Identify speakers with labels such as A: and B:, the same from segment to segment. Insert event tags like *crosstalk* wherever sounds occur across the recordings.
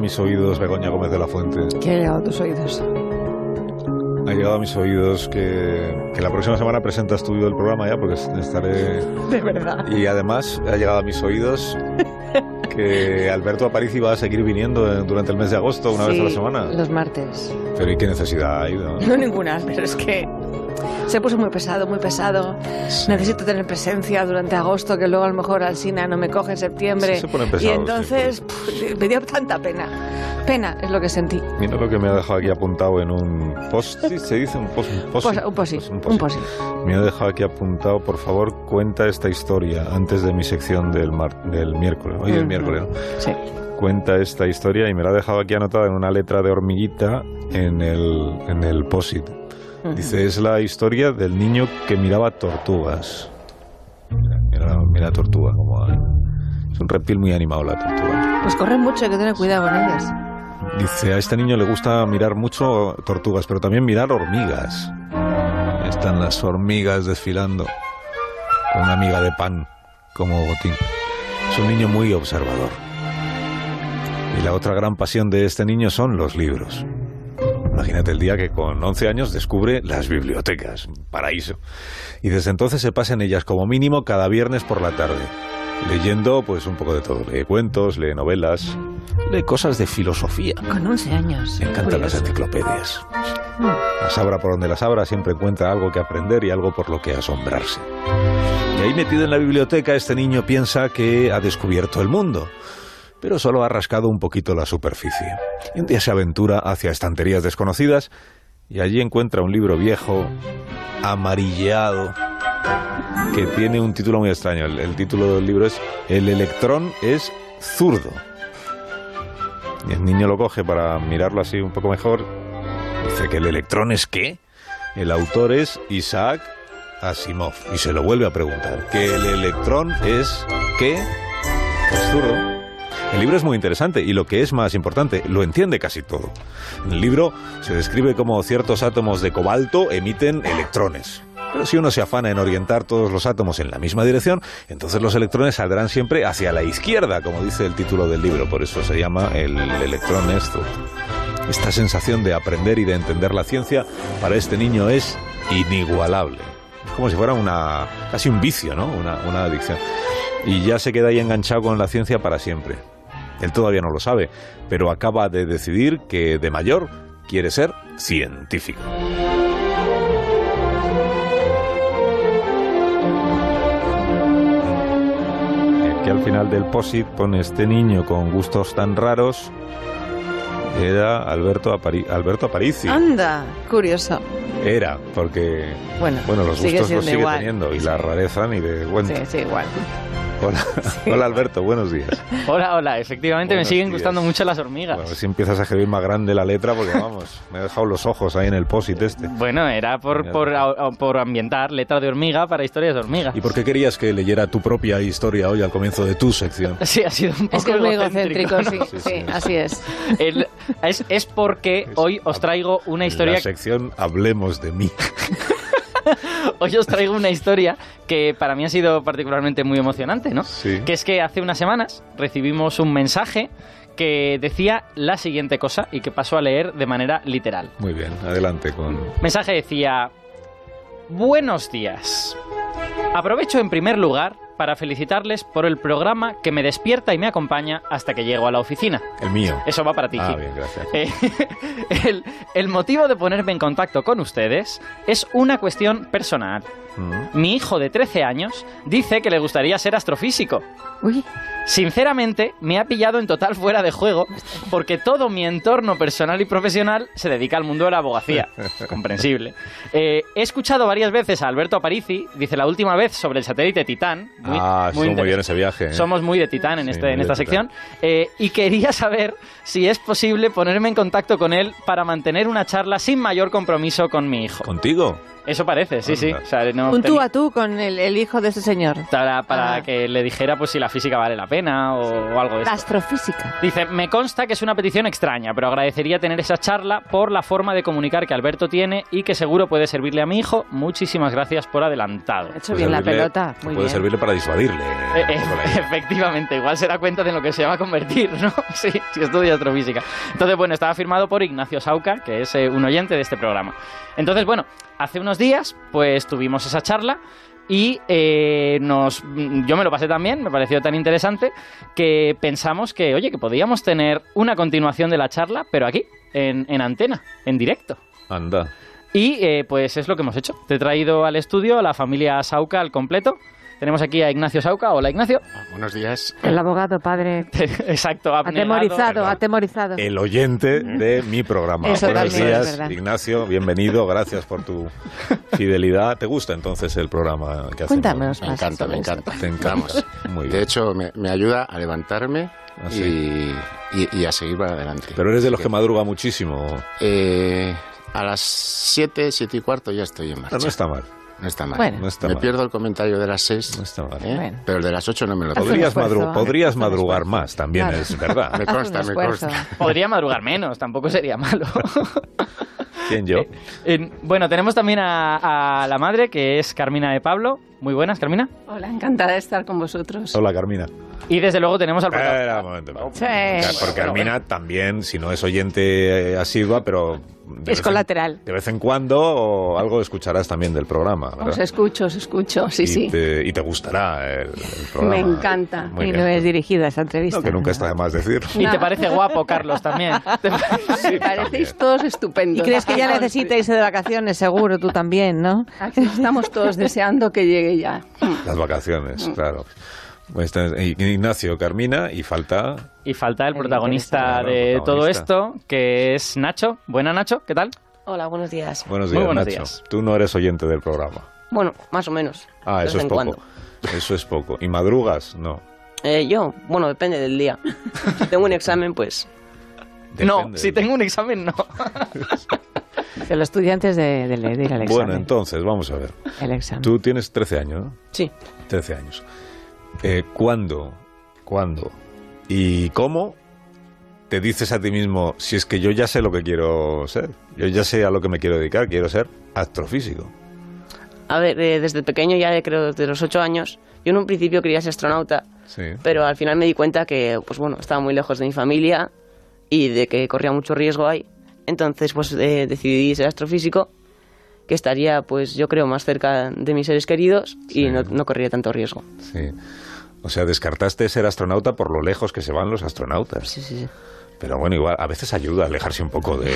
A: mis oídos Begoña Gómez de la Fuente.
B: ¿Qué ha llegado a tus oídos?
A: Ha llegado a mis oídos que, que la próxima semana presentas tú el programa ya, porque estaré...
B: De verdad.
A: Y además ha llegado a mis
B: *laughs*
A: oídos que Alberto Aparici va a seguir viniendo eh, durante el mes de agosto, una
B: Sí,
A: vez a la semana.
B: Los martes. *laughs*
A: Pero ¿y qué necesidad hay? no?
B: No ninguna, pero es que se puso muy pesado, muy pesado. Necesito tener presencia durante agosto, que luego a lo mejor Alsina no me coge en septiembre.
A: Sí, se pone pesado,
B: y entonces pf, me dio tanta pena. Pena es lo que sentí.
A: pues, Mira lo que me ha dejado aquí apuntado en un post. Sí, se dice un post. Un post,
B: Pues, un posi,
A: Post-
B: un
A: post.
B: posi.
A: Me ha dejado aquí apuntado, por favor, cuenta esta historia antes de mi sección del, mar- del miércoles. Hoy es
B: Ujú.
A: miércoles, ¿no?
B: Mm, Sí.
A: Cuenta esta historia y me la ha dejado aquí anotada en una letra de hormiguita en el, en el POSIT. Dice, es la historia del niño que miraba tortugas. Mira, mira, la- mira la tortuga, como es un reptil muy animado la tortuga.
B: Pues corren mucho, hay que tener cuidado con ellas.
A: Dice, a este niño le gusta mirar mucho tortugas, pero también mirar hormigas. Están las hormigas desfilando con una miga de pan como botín. Es un niño muy observador. Y la otra gran pasión de este niño son los libros. Imagínate el día que con 11 años descubre las bibliotecas, un paraíso. Y desde entonces se pasa en ellas como mínimo cada viernes por la tarde, leyendo pues un poco de todo. Lee cuentos, lee novelas, lee cosas de filosofía.
B: Con 11 años.
A: Me encantan las
B: Curioso. Mm.
A: enciclopedias. Las abra por donde las abra, siempre encuentra algo que aprender y algo por lo que asombrarse. Y ahí metido en la biblioteca, este niño piensa que ha descubierto el mundo, pero solo ha rascado un poquito la superficie. Y un día se aventura hacia estanterías desconocidas y allí encuentra un libro viejo, amarillado, que tiene un título muy extraño. El, el título del libro es El electrón es zurdo. Y el niño lo coge para mirarlo así un poco mejor. Dice que el electrón es qué. El autor es Isaac Asimov. Y se lo vuelve a preguntar. Que el electrón es qué. Es zurdo. El libro es muy interesante y lo que es más importante, lo entiende casi todo. En el libro se describe cómo ciertos átomos de cobalto emiten electrones. Pero si uno se afana en orientar todos los átomos en la misma dirección, entonces los electrones saldrán siempre hacia la izquierda, como dice el título del libro. Por eso se llama el electrón esto. Esta sensación de aprender y de entender la ciencia para este niño es inigualable. Es como si fuera una, casi un vicio, ¿no? Una, una adicción. Y ya se queda ahí enganchado con la ciencia para siempre. Él todavía no lo sabe, pero acaba de decidir que de mayor quiere ser científico. Eh, Que al final del POSIT pone este niño con gustos tan raros. Era Alberto, Apari- Alberto Aparici.
B: Anda, curioso.
A: Era, porque.
B: Bueno,
A: Bueno, los
B: sigue
A: gustos
B: siendo
A: los sigue
B: igual.
A: teniendo y la rareza ni de cuenta.
B: Sí, sí, igual.
A: *laughs* Hola, hola Alberto, buenos días.
C: Hola, hola, efectivamente
A: Buenos
C: me siguen
A: días.
C: gustando mucho las hormigas.
A: Bueno, a ver si empiezas a escribir más grande la letra porque
C: *laughs*
A: vamos, me he dejado los ojos ahí en el posit este.
C: Bueno, era por,
A: Venga.
C: por, a- a- por ambientar letra de hormiga para historias de hormigas.
A: ¿Y por qué querías que leyera tu propia historia hoy al comienzo de tu sección?
C: Sí, ha sido un poco
B: Es que es muy
C: egocéntrico,
B: egocéntrico, sí,
A: Sí,
B: sí,
A: sí.
B: así es.
C: ¿no? El- es, es porque hoy os traigo una historia
A: La sección Hablemos de mí.
C: *laughs* hoy os traigo una historia que para mí ha sido particularmente muy emocionante, ¿no?
A: Sí.
C: Que es que hace unas semanas recibimos un mensaje que decía la siguiente cosa y que paso a leer de manera literal.
A: Muy bien, adelante con...
C: mensaje decía, Buenos días. Aprovecho en primer lugar para felicitarles por el programa que me despierta y me acompaña hasta que llego a la oficina.
A: El mío.
C: Eso va para ti.
A: Ah,
C: Gil.
A: bien, gracias.
C: *laughs* Eh, el, el motivo de ponerme en contacto con ustedes es una cuestión personal.
A: Mm.
C: Mi hijo de 13 años dice que le gustaría ser astrofísico.
B: Uy,
C: Sinceramente, me ha pillado en total fuera
A: *laughs*
C: de juego porque todo mi entorno personal y profesional se dedica al mundo de
A: *laughs*
C: la abogacía. Comprensible. Eh, he escuchado varias veces a Alberto Aparici, dice la última vez sobre el satélite Titán. Muy,
A: ah,
C: muy
A: estuvo muy bien
C: interesante.
A: ese viaje. ¿eh?
C: Somos muy de Titán en,
A: Sí,
C: este,
A: muy
C: en
A: de
C: esta
A: Titán.
C: sección. Eh, y quería *laughs* saber si es posible ponerme en contacto con él para mantener una charla sin mayor compromiso con mi hijo.
A: ¿Contigo?
C: Eso parece, sí, sí.
A: Anda.
C: O sea, no
B: Un tú
C: tenía-
B: a tú con el, el hijo de este señor.
C: para, para
B: Ah.
C: que le dijera pues si la física vale la pena o, o algo de
B: La
C: eso.
B: astrofísica.
C: Dice, me consta que es una petición extraña, pero agradecería tener esa charla por la forma de comunicar que Alberto tiene y que seguro puede servirle a mi hijo. Muchísimas gracias por adelantado.
B: Ha hecho
A: Puede
B: bien la
A: servirle-
B: pelota. Muy
A: puede
B: bien.
A: servirle para disuadirle.
C: Eh,
A: un
C: eh, *laughs*
A: poco la idea.
C: efectivamente, igual se da cuenta de lo que se llama convertir, ¿no? *laughs* Sí, si estudia astrofísica. Entonces, bueno, estaba firmado por Ignacio Sauca, que es eh, un oyente de este programa. Entonces, bueno, hace unos días, pues tuvimos esa charla y eh, nos, mm, yo me lo pasé también, me pareció tan interesante, que pensamos que, oye, que podíamos tener una continuación de la charla, pero aquí, en, en antena, en directo.
A: Anda.
C: Y eh, pues es lo que hemos hecho. Te he traído al estudio a la familia Sauca al completo. Tenemos aquí a Ignacio Sauca. Hola, Ignacio.
D: Buenos días.
B: El abogado, padre.
C: *laughs* Exacto, abnegado.
B: Atemorizado,
A: Perdón.
B: atemorizado.
A: El oyente de mi programa.
B: Eso
A: Buenos
B: también es
A: días,
B: verdad.
A: Ignacio. Bienvenido. Gracias por
B: *laughs*
A: tu fidelidad. ¿Te gusta entonces el programa que hacemos? Ah,
B: Cuéntanos
D: Me
B: más.
D: encanta,
B: sobre
D: me
B: esto.
D: encanta.
A: Te
D: Vamos.
A: encanta. Muy
D: De
A: bien.
D: hecho, me, me ayuda a levantarme
A: Ah,
D: y,
A: sí.
D: y- y a seguir para adelante.
A: Pero eres de los que madruga muchísimo.
D: Eh, a las 7, 7 y cuarto ya estoy en marcha.
A: Ah, No, no está mal.
D: No está mal.
B: Bueno.
A: No está
D: me
A: mal.
D: pierdo el comentario de las 6,
A: No está mal.
B: Bueno.
D: pero el de las 8 no me lo
B: Haz un
A: Podrías,
B: esfuerzo,
A: madru-
B: ¿eh?
A: podrías
B: Haz un
A: madrugar
B: esfuerzo.
A: más, también
B: Claro.
A: es verdad.
D: Me
B: Haz un
D: consta, me
B: esfuerzo.
D: consta.
C: Podría madrugar menos, tampoco sería malo. *laughs*
A: ¿Quién yo?
C: Eh, bueno, tenemos también a, a la madre, que es Carmina de Pablo. Muy buenas, Carmina.
E: Hola, encantada de estar con vosotros.
A: Hola, Carmina.
C: Y desde luego tenemos al prota-
A: Espera un momento.
B: Sí.
A: Ca- Porque Carmina también, si no es oyente eh, asidua, pero... de
B: Es
A: vez en-
B: colateral.
A: De vez en cuando o algo escucharás también del programa, ¿verdad?
E: Os escucho, os escucho, sí,
A: y,
E: sí.
A: Te, y te gustará el, el programa.
E: Me encanta.
A: Muy
B: y
A: bien.
B: no es dirigida esa entrevista.
A: No, que nunca está de más decir.
C: Y te
E: Nada.
C: parece guapo, Carlos, también. Te parece-
E: Me parecéis todos estupendos.
B: Y crees que ya necesita irse de vacaciones, seguro, tú también, ¿no?
E: Aquí Estamos todos deseando que llegue ya.
A: Las
E: Mm.
A: vacaciones, claro. Pues tenés- I- Ignacio, Carmina y falta...
C: Y falta el
B: El
C: protagonista
A: interesante.
C: de
A: Eh, Claro,
C: todo
A: protagonista.
C: esto, que es Nacho. Buena, Nacho, ¿qué tal?
F: Hola, buenos días.
A: Buenos
C: Muy
A: días,
C: buenos
A: Nacho.
C: días.
A: Tú no eres oyente del programa.
F: Bueno, más o menos.
A: Ah,
F: de
A: eso es
F: vez en
A: poco.
F: cuando.
A: Eso es poco. ¿Y madrugas? No.
F: Eh, yo, bueno, depende del día. Si tengo un examen, pues
C: no,
A: Depende
C: si
A: del-
C: tengo un examen, no.
B: Pero los estudiantes de, de, de ir al examen.
A: Bueno, entonces, vamos a ver.
B: El examen.
A: Tú tienes 13 años, ¿no?
F: sí.
A: 13 años. Eh, ¿Cuándo? ¿Cuándo? ¿Y cómo te dices a ti mismo, si es que yo ya sé lo que quiero ser? Yo ya sé a lo que me quiero dedicar, quiero ser astrofísico.
F: A ver, eh, desde pequeño, ya creo desde los ocho años, yo en un principio quería ser astronauta,
A: Sí.
F: pero al final me di cuenta que, pues bueno, estaba muy lejos de mi familia y de que corría mucho riesgo ahí. Entonces, pues eh, decidí ser astrofísico, que estaría, pues yo creo, más cerca de mis seres queridos
A: Sí.
F: y no, no corría tanto riesgo.
A: sí. O sea, descartaste ser astronauta por lo lejos que se van los astronautas.
F: Sí, sí, sí.
A: Pero bueno, igual, a veces ayuda a alejarse un poco de,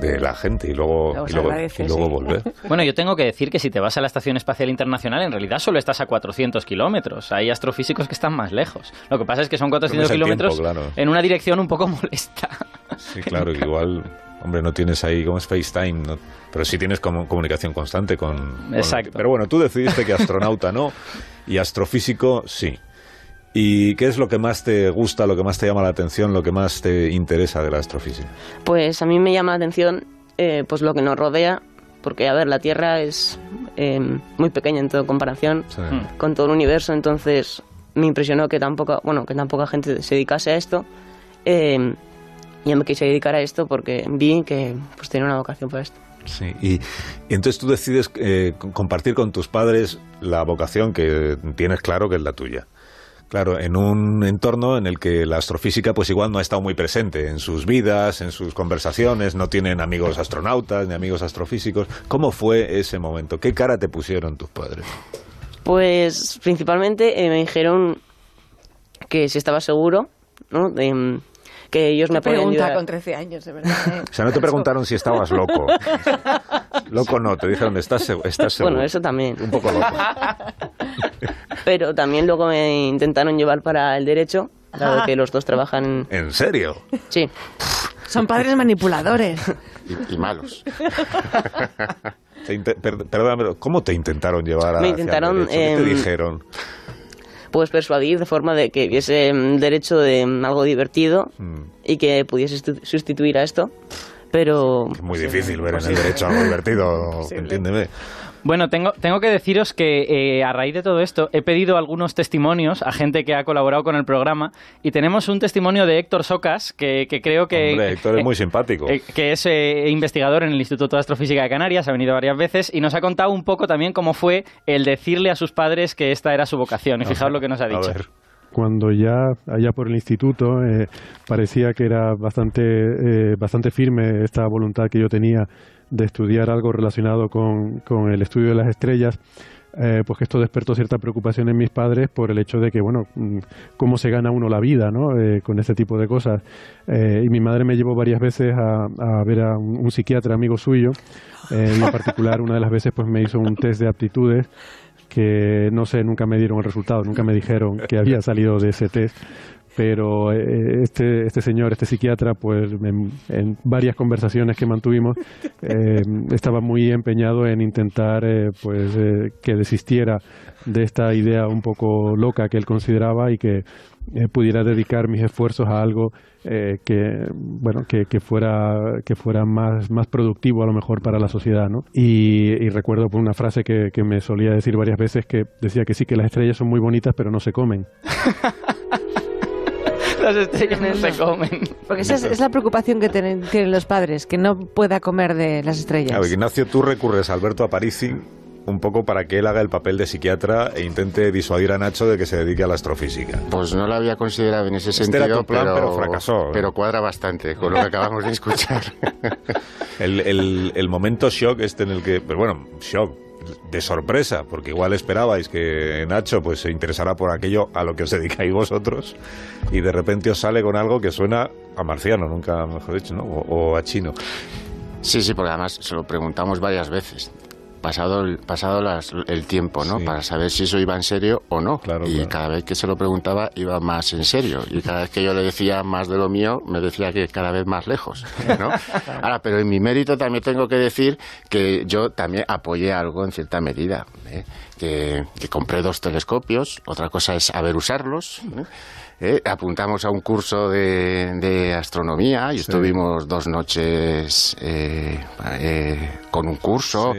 A: de la gente y luego,
B: Luego
A: y
B: se
A: luego,
B: agradece,
A: y luego
B: sí.
A: volver.
C: Bueno, yo tengo que decir que si te vas a la Estación Espacial Internacional, en realidad solo estás a 400 kilómetros. Hay astrofísicos que están más lejos. Lo que pasa es que son 400
A: Tienes el
C: kilómetros
A: tiempo, claro.
C: en una dirección un poco *laughs* molesta.
A: Sí, claro, que igual, hombre, no tienes ahí como es FaceTime, ¿no? pero sí tienes como comunicación constante con... con-
C: Exacto.
A: Pero bueno, tú decidiste que astronauta no y astrofísico sí. ¿Y qué es lo que más te gusta, lo que más te llama la atención, lo que más te interesa de la astrofísica?
F: Pues a mí me llama la atención eh, pues lo que nos rodea, porque a ver, la Tierra es eh, muy pequeña en toda comparación
A: Sí.
C: Mm.
F: con todo el universo, entonces me impresionó que tampoco, bueno, que tan poca gente se dedicase a esto. eh, y yo me quise dedicar a esto porque vi que pues tenía una vocación para esto.
A: Sí, y, y entonces tú decides eh, co- compartir con tus padres la vocación que tienes claro que es la tuya. Claro, en un entorno en el que la astrofísica pues igual no ha estado muy presente en sus vidas, en sus conversaciones, no tienen amigos astronautas ni amigos astrofísicos. ¿Cómo fue ese momento? ¿Qué cara te pusieron tus padres?
F: Pues principalmente eh, me dijeron que si estaba seguro, ¿no? De, que ellos me podían
B: Pregunta
F: ayudar.
B: con 13 años, de verdad.
A: *laughs*
B: ¿eh?
A: O sea, no te preguntaron si estabas
F: *laughs*
A: loco. Loco no, te dijeron, estás, seg- estás seguro.
F: Bueno, eso también.
A: Un poco loco.
F: Pero también luego me intentaron llevar para el derecho, dado que los dos trabajan.
A: ¿En serio?
F: Sí,
A: *laughs*
B: Son padres manipuladores.
D: y, y malos.
A: Te inte- per- perdón, pero ¿cómo te intentaron llevar a hacia
F: Me
A: el
F: intentaron,
A: derecho? ¿Qué te
F: em,
A: dijeron?
F: pues persuadir de forma de que viese mm, derecho de mm, algo divertido
A: Mm.
F: y que pudiese sustitu- sustituir a esto. Pero
A: Es muy difícil ver en el derecho algo divertido, entiéndeme.
C: Bueno, tengo, tengo que deciros que eh, a raíz de todo esto he pedido algunos testimonios a gente que ha colaborado con el programa y tenemos un testimonio de Héctor Socas, que, que creo que...
A: Hombre, Héctor
C: *laughs*
A: es muy simpático.
C: eh, que es eh, investigador en el Instituto de Astrofísica de Canarias, ha venido varias veces y nos ha contado un poco también cómo fue el decirle a sus padres que esta era su vocación. Y fijaos lo que nos ha
A: A
C: dicho.
A: ver.
G: cuando ya allá por el instituto eh, parecía que era bastante eh, bastante firme esta voluntad que yo tenía de estudiar algo relacionado con, con el estudio de las estrellas eh, pues que esto despertó cierta preocupación en mis padres por el hecho de que bueno mm, cómo se gana uno la vida ¿no? Eh, con este tipo de cosas Eh, y mi madre me llevó varias veces a, a ver a un, un psiquiatra amigo suyo Eh, y en particular una de las veces pues me hizo un test de aptitudes que no sé, nunca me dieron el resultado, nunca me dijeron que había salido de ese test. Pero eh, este, este señor, este psiquiatra, pues en, en varias conversaciones que mantuvimos, eh, estaba muy empeñado en intentar eh, pues, eh, que desistiera de esta idea un poco loca que él consideraba y que eh, pudiera dedicar mis esfuerzos a algo eh, que bueno que, que fuera que fuera más más productivo a lo mejor para la sociedad ¿no? y, y recuerdo por una frase que, que me solía decir varias veces que decía que sí que las estrellas son muy bonitas pero no se comen
C: Las estrellas no se comen.
B: Porque esa es, es la preocupación que tienen, tienen los padres, que no pueda comer de las estrellas.
A: A ver, Ignacio, tú recurres a Alberto Aparici un poco para que él haga el papel de psiquiatra e intente disuadir a Nacho de que se dedique a la astrofísica.
D: Pues no lo había considerado en ese
A: Este
D: sentido,
A: era tu plan,
D: pero,
A: pero fracasó, ¿eh?
D: Pero cuadra bastante con lo que acabamos de escuchar.
A: *laughs* El, el- el momento shock este en el que, pero bueno, shock, de sorpresa, porque igual esperabais que Nacho pues se interesara por aquello a lo que os dedicáis vosotros y de repente os sale con algo que suena a marciano, nunca mejor dicho, ¿no? O, o a chino.
D: sí, sí, porque además se lo preguntamos varias veces. Pasado el, pasado las- el tiempo, ¿no?
A: Sí.
D: Para saber si eso iba en serio o no.
A: Claro,
D: y
A: claro.
D: cada vez que se lo preguntaba iba más en serio. Y cada vez que yo le decía más de lo mío, me decía que cada vez más lejos.
A: *laughs*
D: ¿no? Ahora, pero en mi mérito también tengo que decir que yo también apoyé algo en cierta medida. ¿eh? Que, que compré dos telescopios, otra cosa es saber usarlos. ¿eh? ¿Eh? apuntamos a un curso de, de astronomía y estuvimos dos noches eh, eh, con un curso.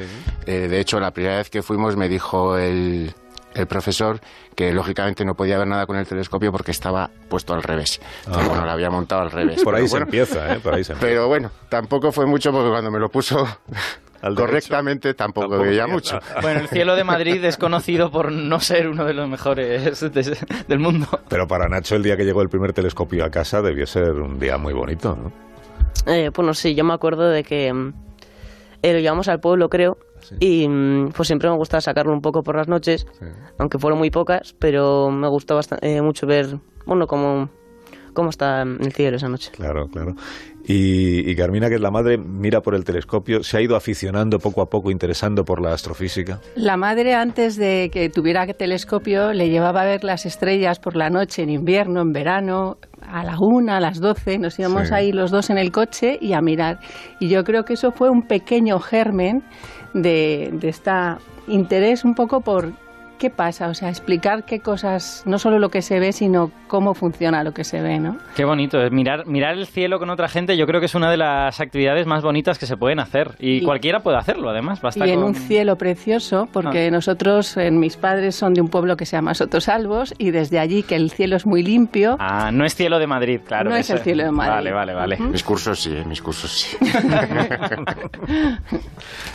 D: Eh, de hecho, la primera vez que fuimos me dijo el, el profesor que lógicamente no podía ver nada con el telescopio porque estaba puesto al revés.
A: Ah.
D: Bueno, lo había montado al revés.
A: Por ahí
D: pero
A: se
D: bueno,
A: empieza, ¿eh? Por ahí se empieza.
D: pero bueno, tampoco fue mucho porque cuando me lo puso *laughs*
A: Al derecho.
D: correctamente tampoco,
A: Tampoco
D: veía
A: veía
D: mucho.
C: Bueno, el cielo de Madrid es conocido por no ser uno de los mejores de- del mundo.
A: Pero para Nacho el día que llegó el primer telescopio a casa debió ser un día muy bonito, ¿no?
F: Eh, pues no sé, yo me acuerdo de que mm, eh, lo llevamos al pueblo, creo, y mm, pues siempre me gustaba sacarlo un poco por las noches, aunque fueron muy pocas, pero me gustó bastante, mucho ver, bueno, cómo, cómo está el cielo esa noche.
A: Claro, claro. Y, y Carmina, que es la madre, mira por el telescopio, se ha ido aficionando poco a poco, interesando por la astrofísica.
E: La madre antes de que tuviera telescopio le llevaba a ver las estrellas por la noche, en invierno, en verano, a la una, a las doce, nos íbamos
A: Sí.
E: ahí los dos en el coche y a mirar. Y yo creo que eso fue un pequeño germen de, de este interés un poco por qué pasa, o sea, explicar qué cosas, no solo lo que se ve, sino cómo funciona lo que se ve, ¿no?
C: Qué bonito, es mirar, mirar el cielo con otra gente, yo creo que es una de las actividades más bonitas que se pueden hacer. Y,
E: Y-
C: cualquiera puede hacerlo, además. Basta
E: y en
C: con- Ah.
E: un cielo precioso, porque nosotros, eh, mis padres son de un pueblo que se llama Sotosalvos y desde allí que el cielo es muy limpio.
C: Ah, no es cielo de Madrid, claro.
E: No es el cielo de Madrid.
C: Vale, vale, vale.
E: Ujú.
D: Mis cursos sí, eh, mis cursos
A: *laughs*
D: sí.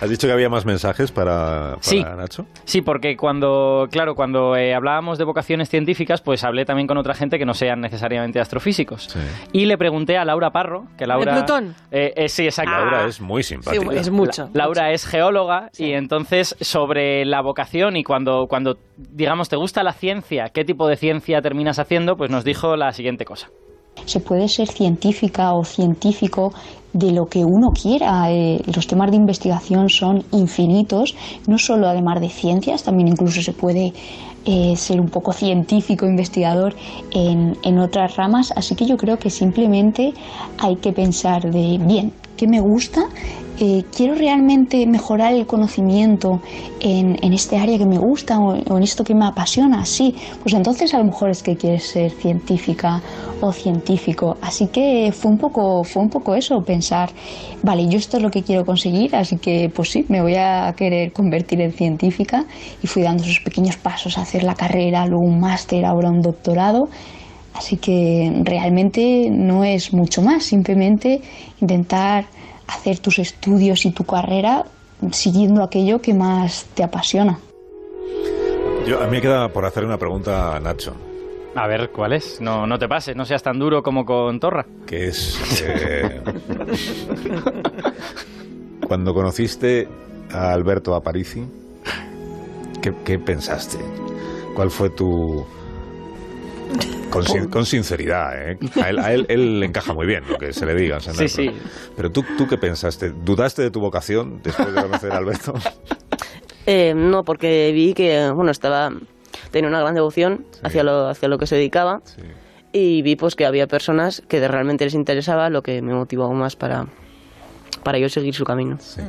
A: ¿Has dicho que había más mensajes para, para
C: Sí.
A: Nacho?
C: Sí, porque cuando, claro, cuando eh, hablábamos de vocaciones científicas, pues hablé también con otra gente que no sean necesariamente astrofísicos. Y le pregunté a Laura Parro, que Laura...
B: Plutón?
C: Eh, eh, sí, exacto.
A: Laura es muy simpática.
B: Sí, es mucho.
C: La- Laura es geóloga y entonces sobre la vocación y cuando, cuando, digamos, te gusta la ciencia, qué tipo de ciencia terminas haciendo, pues nos dijo la siguiente cosa.
H: se puede ser científica o científico de lo que uno quiera. Eh, los temas de investigación son infinitos, no solo además de ciencias, también incluso se puede eh, ser un poco científico, investigador en, en otras ramas. Así que yo creo que simplemente hay que pensar de, bien, qué me gusta, eh, quiero realmente mejorar el conocimiento en, en este área que me gusta o, o en esto que me apasiona, sí, pues entonces a lo mejor es que quieres ser científica o científico. Así que fue un poco, fue un poco eso, pensar, vale, yo esto es lo que quiero conseguir, así que pues sí, me voy a querer convertir en científica y fui dando esos pequeños pasos a hacer la carrera, luego un máster, ahora un doctorado. Así que realmente no es mucho más, simplemente intentar hacer tus estudios y tu carrera siguiendo aquello que más te apasiona.
A: Yo, a mí me queda por hacer una pregunta a Nacho.
C: A ver, ¿cuál es? No, no te pases, no seas tan duro como con Torra.
A: que es eh, cuando conociste a Alberto Aparici, ¿qué, qué pensaste? ¿Cuál fue tu con, sin- con sinceridad? ¿eh? A, él, a él- él le encaja muy bien lo que se le diga. o sea, no
C: Sí,
A: hay problema. Pero tú, tú qué pensaste? ¿Dudaste de tu vocación después de conocer a
B: *laughs*
A: Alberto?
F: Eh, no, porque vi que bueno estaba tenía una gran devoción hacia lo hacia lo que se dedicaba
A: Sí.
F: y vi pues que había personas que de- realmente les interesaba lo que me motivó aún más para para yo seguir su camino.
A: Sí.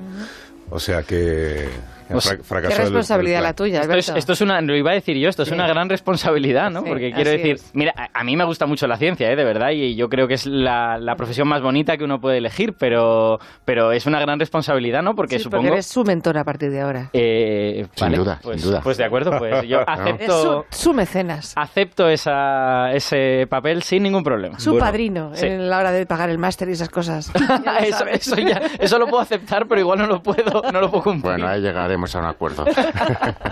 A: O sea que
C: O sea,
A: fra- fracasó
B: Pues, Qué
A: el- el
B: responsabilidad
A: plan.
B: la tuya,
C: Esto es,
B: Alberto.
C: esto es una, lo iba a decir yo, esto es
B: Sí.
C: una gran responsabilidad, ¿no?
B: Sí,
C: Porque quiero
B: así
C: decir,
B: es.
C: mira, a, a mí me gusta mucho la ciencia, ¿eh? De verdad, y yo creo que es la, la profesión más bonita que uno puede elegir, pero, pero es una gran responsabilidad, ¿no? Porque
B: Sí,
C: supongo...
B: porque eres su mentor a partir de ahora.
C: eh,
D: Sin
C: vale,
D: duda,
C: pues,
D: sin duda.
C: Pues de acuerdo, pues
D: *laughs*
C: yo
B: Eres su,
C: acepto,
B: su mecenas,
C: acepto esa, ese papel sin ningún problema.
B: su
A: Bueno,
B: padrino
C: Ah, sí.
B: en la hora de pagar el máster y esas cosas.
C: *laughs* eso, eso ya- eso lo puedo aceptar, pero igual no lo puedo, no lo puedo cumplir.
D: Bueno, ahí llegaremos a un acuerdo.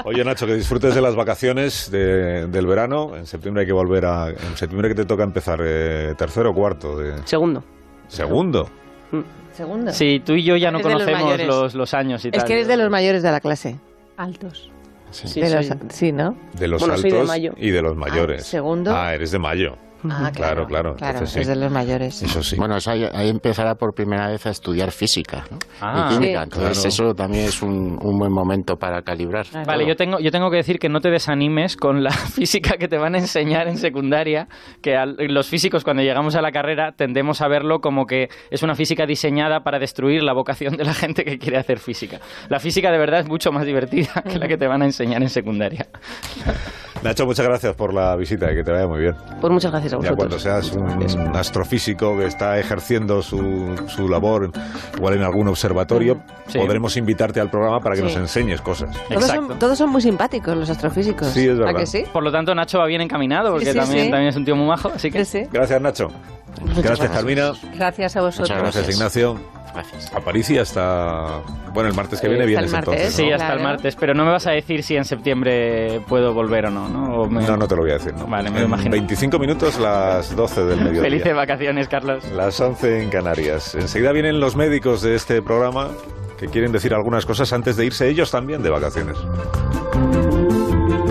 A: Oye Nacho, que disfrutes de las vacaciones de- del verano. En septiembre hay que volver a... En septiembre que te toca empezar eh, tercero o cuarto. De,
F: Segundo.
A: segundo.
B: *laughs* Segundo.
C: Sí, tú y yo ya no
B: Eres de los
C: conocemos
B: mayores.
C: los, los, años y tal.
B: Es que eres de los mayores de la clase.
E: Altos.
C: Sí,
B: De los-
C: soy-
B: sí, ¿no?
A: De los
F: Bueno, soy
A: altos
F: de mayo.
A: y de los mayores.
B: Ah, segundo.
A: Ah, eres de mayo.
B: Ah,
A: Claro, claro,
B: Claro,
A: entonces sí.
B: es de los mayores.
A: Eso sí.
D: Bueno, eso ahí, ahí empezará por primera vez a estudiar física ¿no?
C: Ah,
D: y química.
B: Sí.
D: Entonces,
A: Claro.
D: eso también es un, un buen momento para calibrar.
C: Vale,
D: todo.
C: yo tengo, yo tengo que decir que no te desanimes con la *laughs* física que te van a enseñar en secundaria, que al- los físicos cuando llegamos a la carrera tendemos a verlo como que es una física diseñada para destruir la vocación de la gente que quiere hacer física. La física de verdad es mucho más divertida *laughs* que la que te van a enseñar en secundaria.
A: Nacho, muchas gracias por la visita y que te vaya muy bien.
F: Por muchas gracias a
A: Ya
F: vosotros.
A: cuando seas un astrofísico que está ejerciendo su, su labor, igual en algún observatorio,
C: Sí.
A: podremos invitarte al programa para que
B: Sí.
A: nos enseñes cosas.
B: Todos son,
C: Exacto.
B: todos son muy simpáticos los astrofísicos.
A: Sí, es
B: ¿A
A: verdad.
B: que sí?
C: Por lo tanto, Nacho va bien encaminado, porque
B: Sí, sí,
C: también,
B: sí.
C: también es un tío muy majo, así que...
B: Que sí.
A: Gracias, Nacho. Gracias,
F: gracias.
A: Carmina.
E: Gracias a vosotros.
D: Muchas
A: Gracias,
D: Gracias.
A: Ignacio.
D: Gracias.
A: A París y hasta. Bueno, el martes que viene
B: Hasta el
A: vienes
B: martes.
A: entonces. ¿no?
C: Sí, Eh, hasta el
B: Claro.
C: martes, pero no me vas a decir si en septiembre puedo volver o no, ¿no? O me-
A: No, no te lo voy a decir. ¿no?
C: Vale, me lo
A: En
C: imagino.
A: 25 minutos, las 12 del
C: *laughs*
A: mediodía.
C: Felices vacaciones, Carlos.
A: Las 11 en Canarias. Enseguida vienen los médicos de este programa que quieren decir algunas cosas antes de irse ellos también de vacaciones.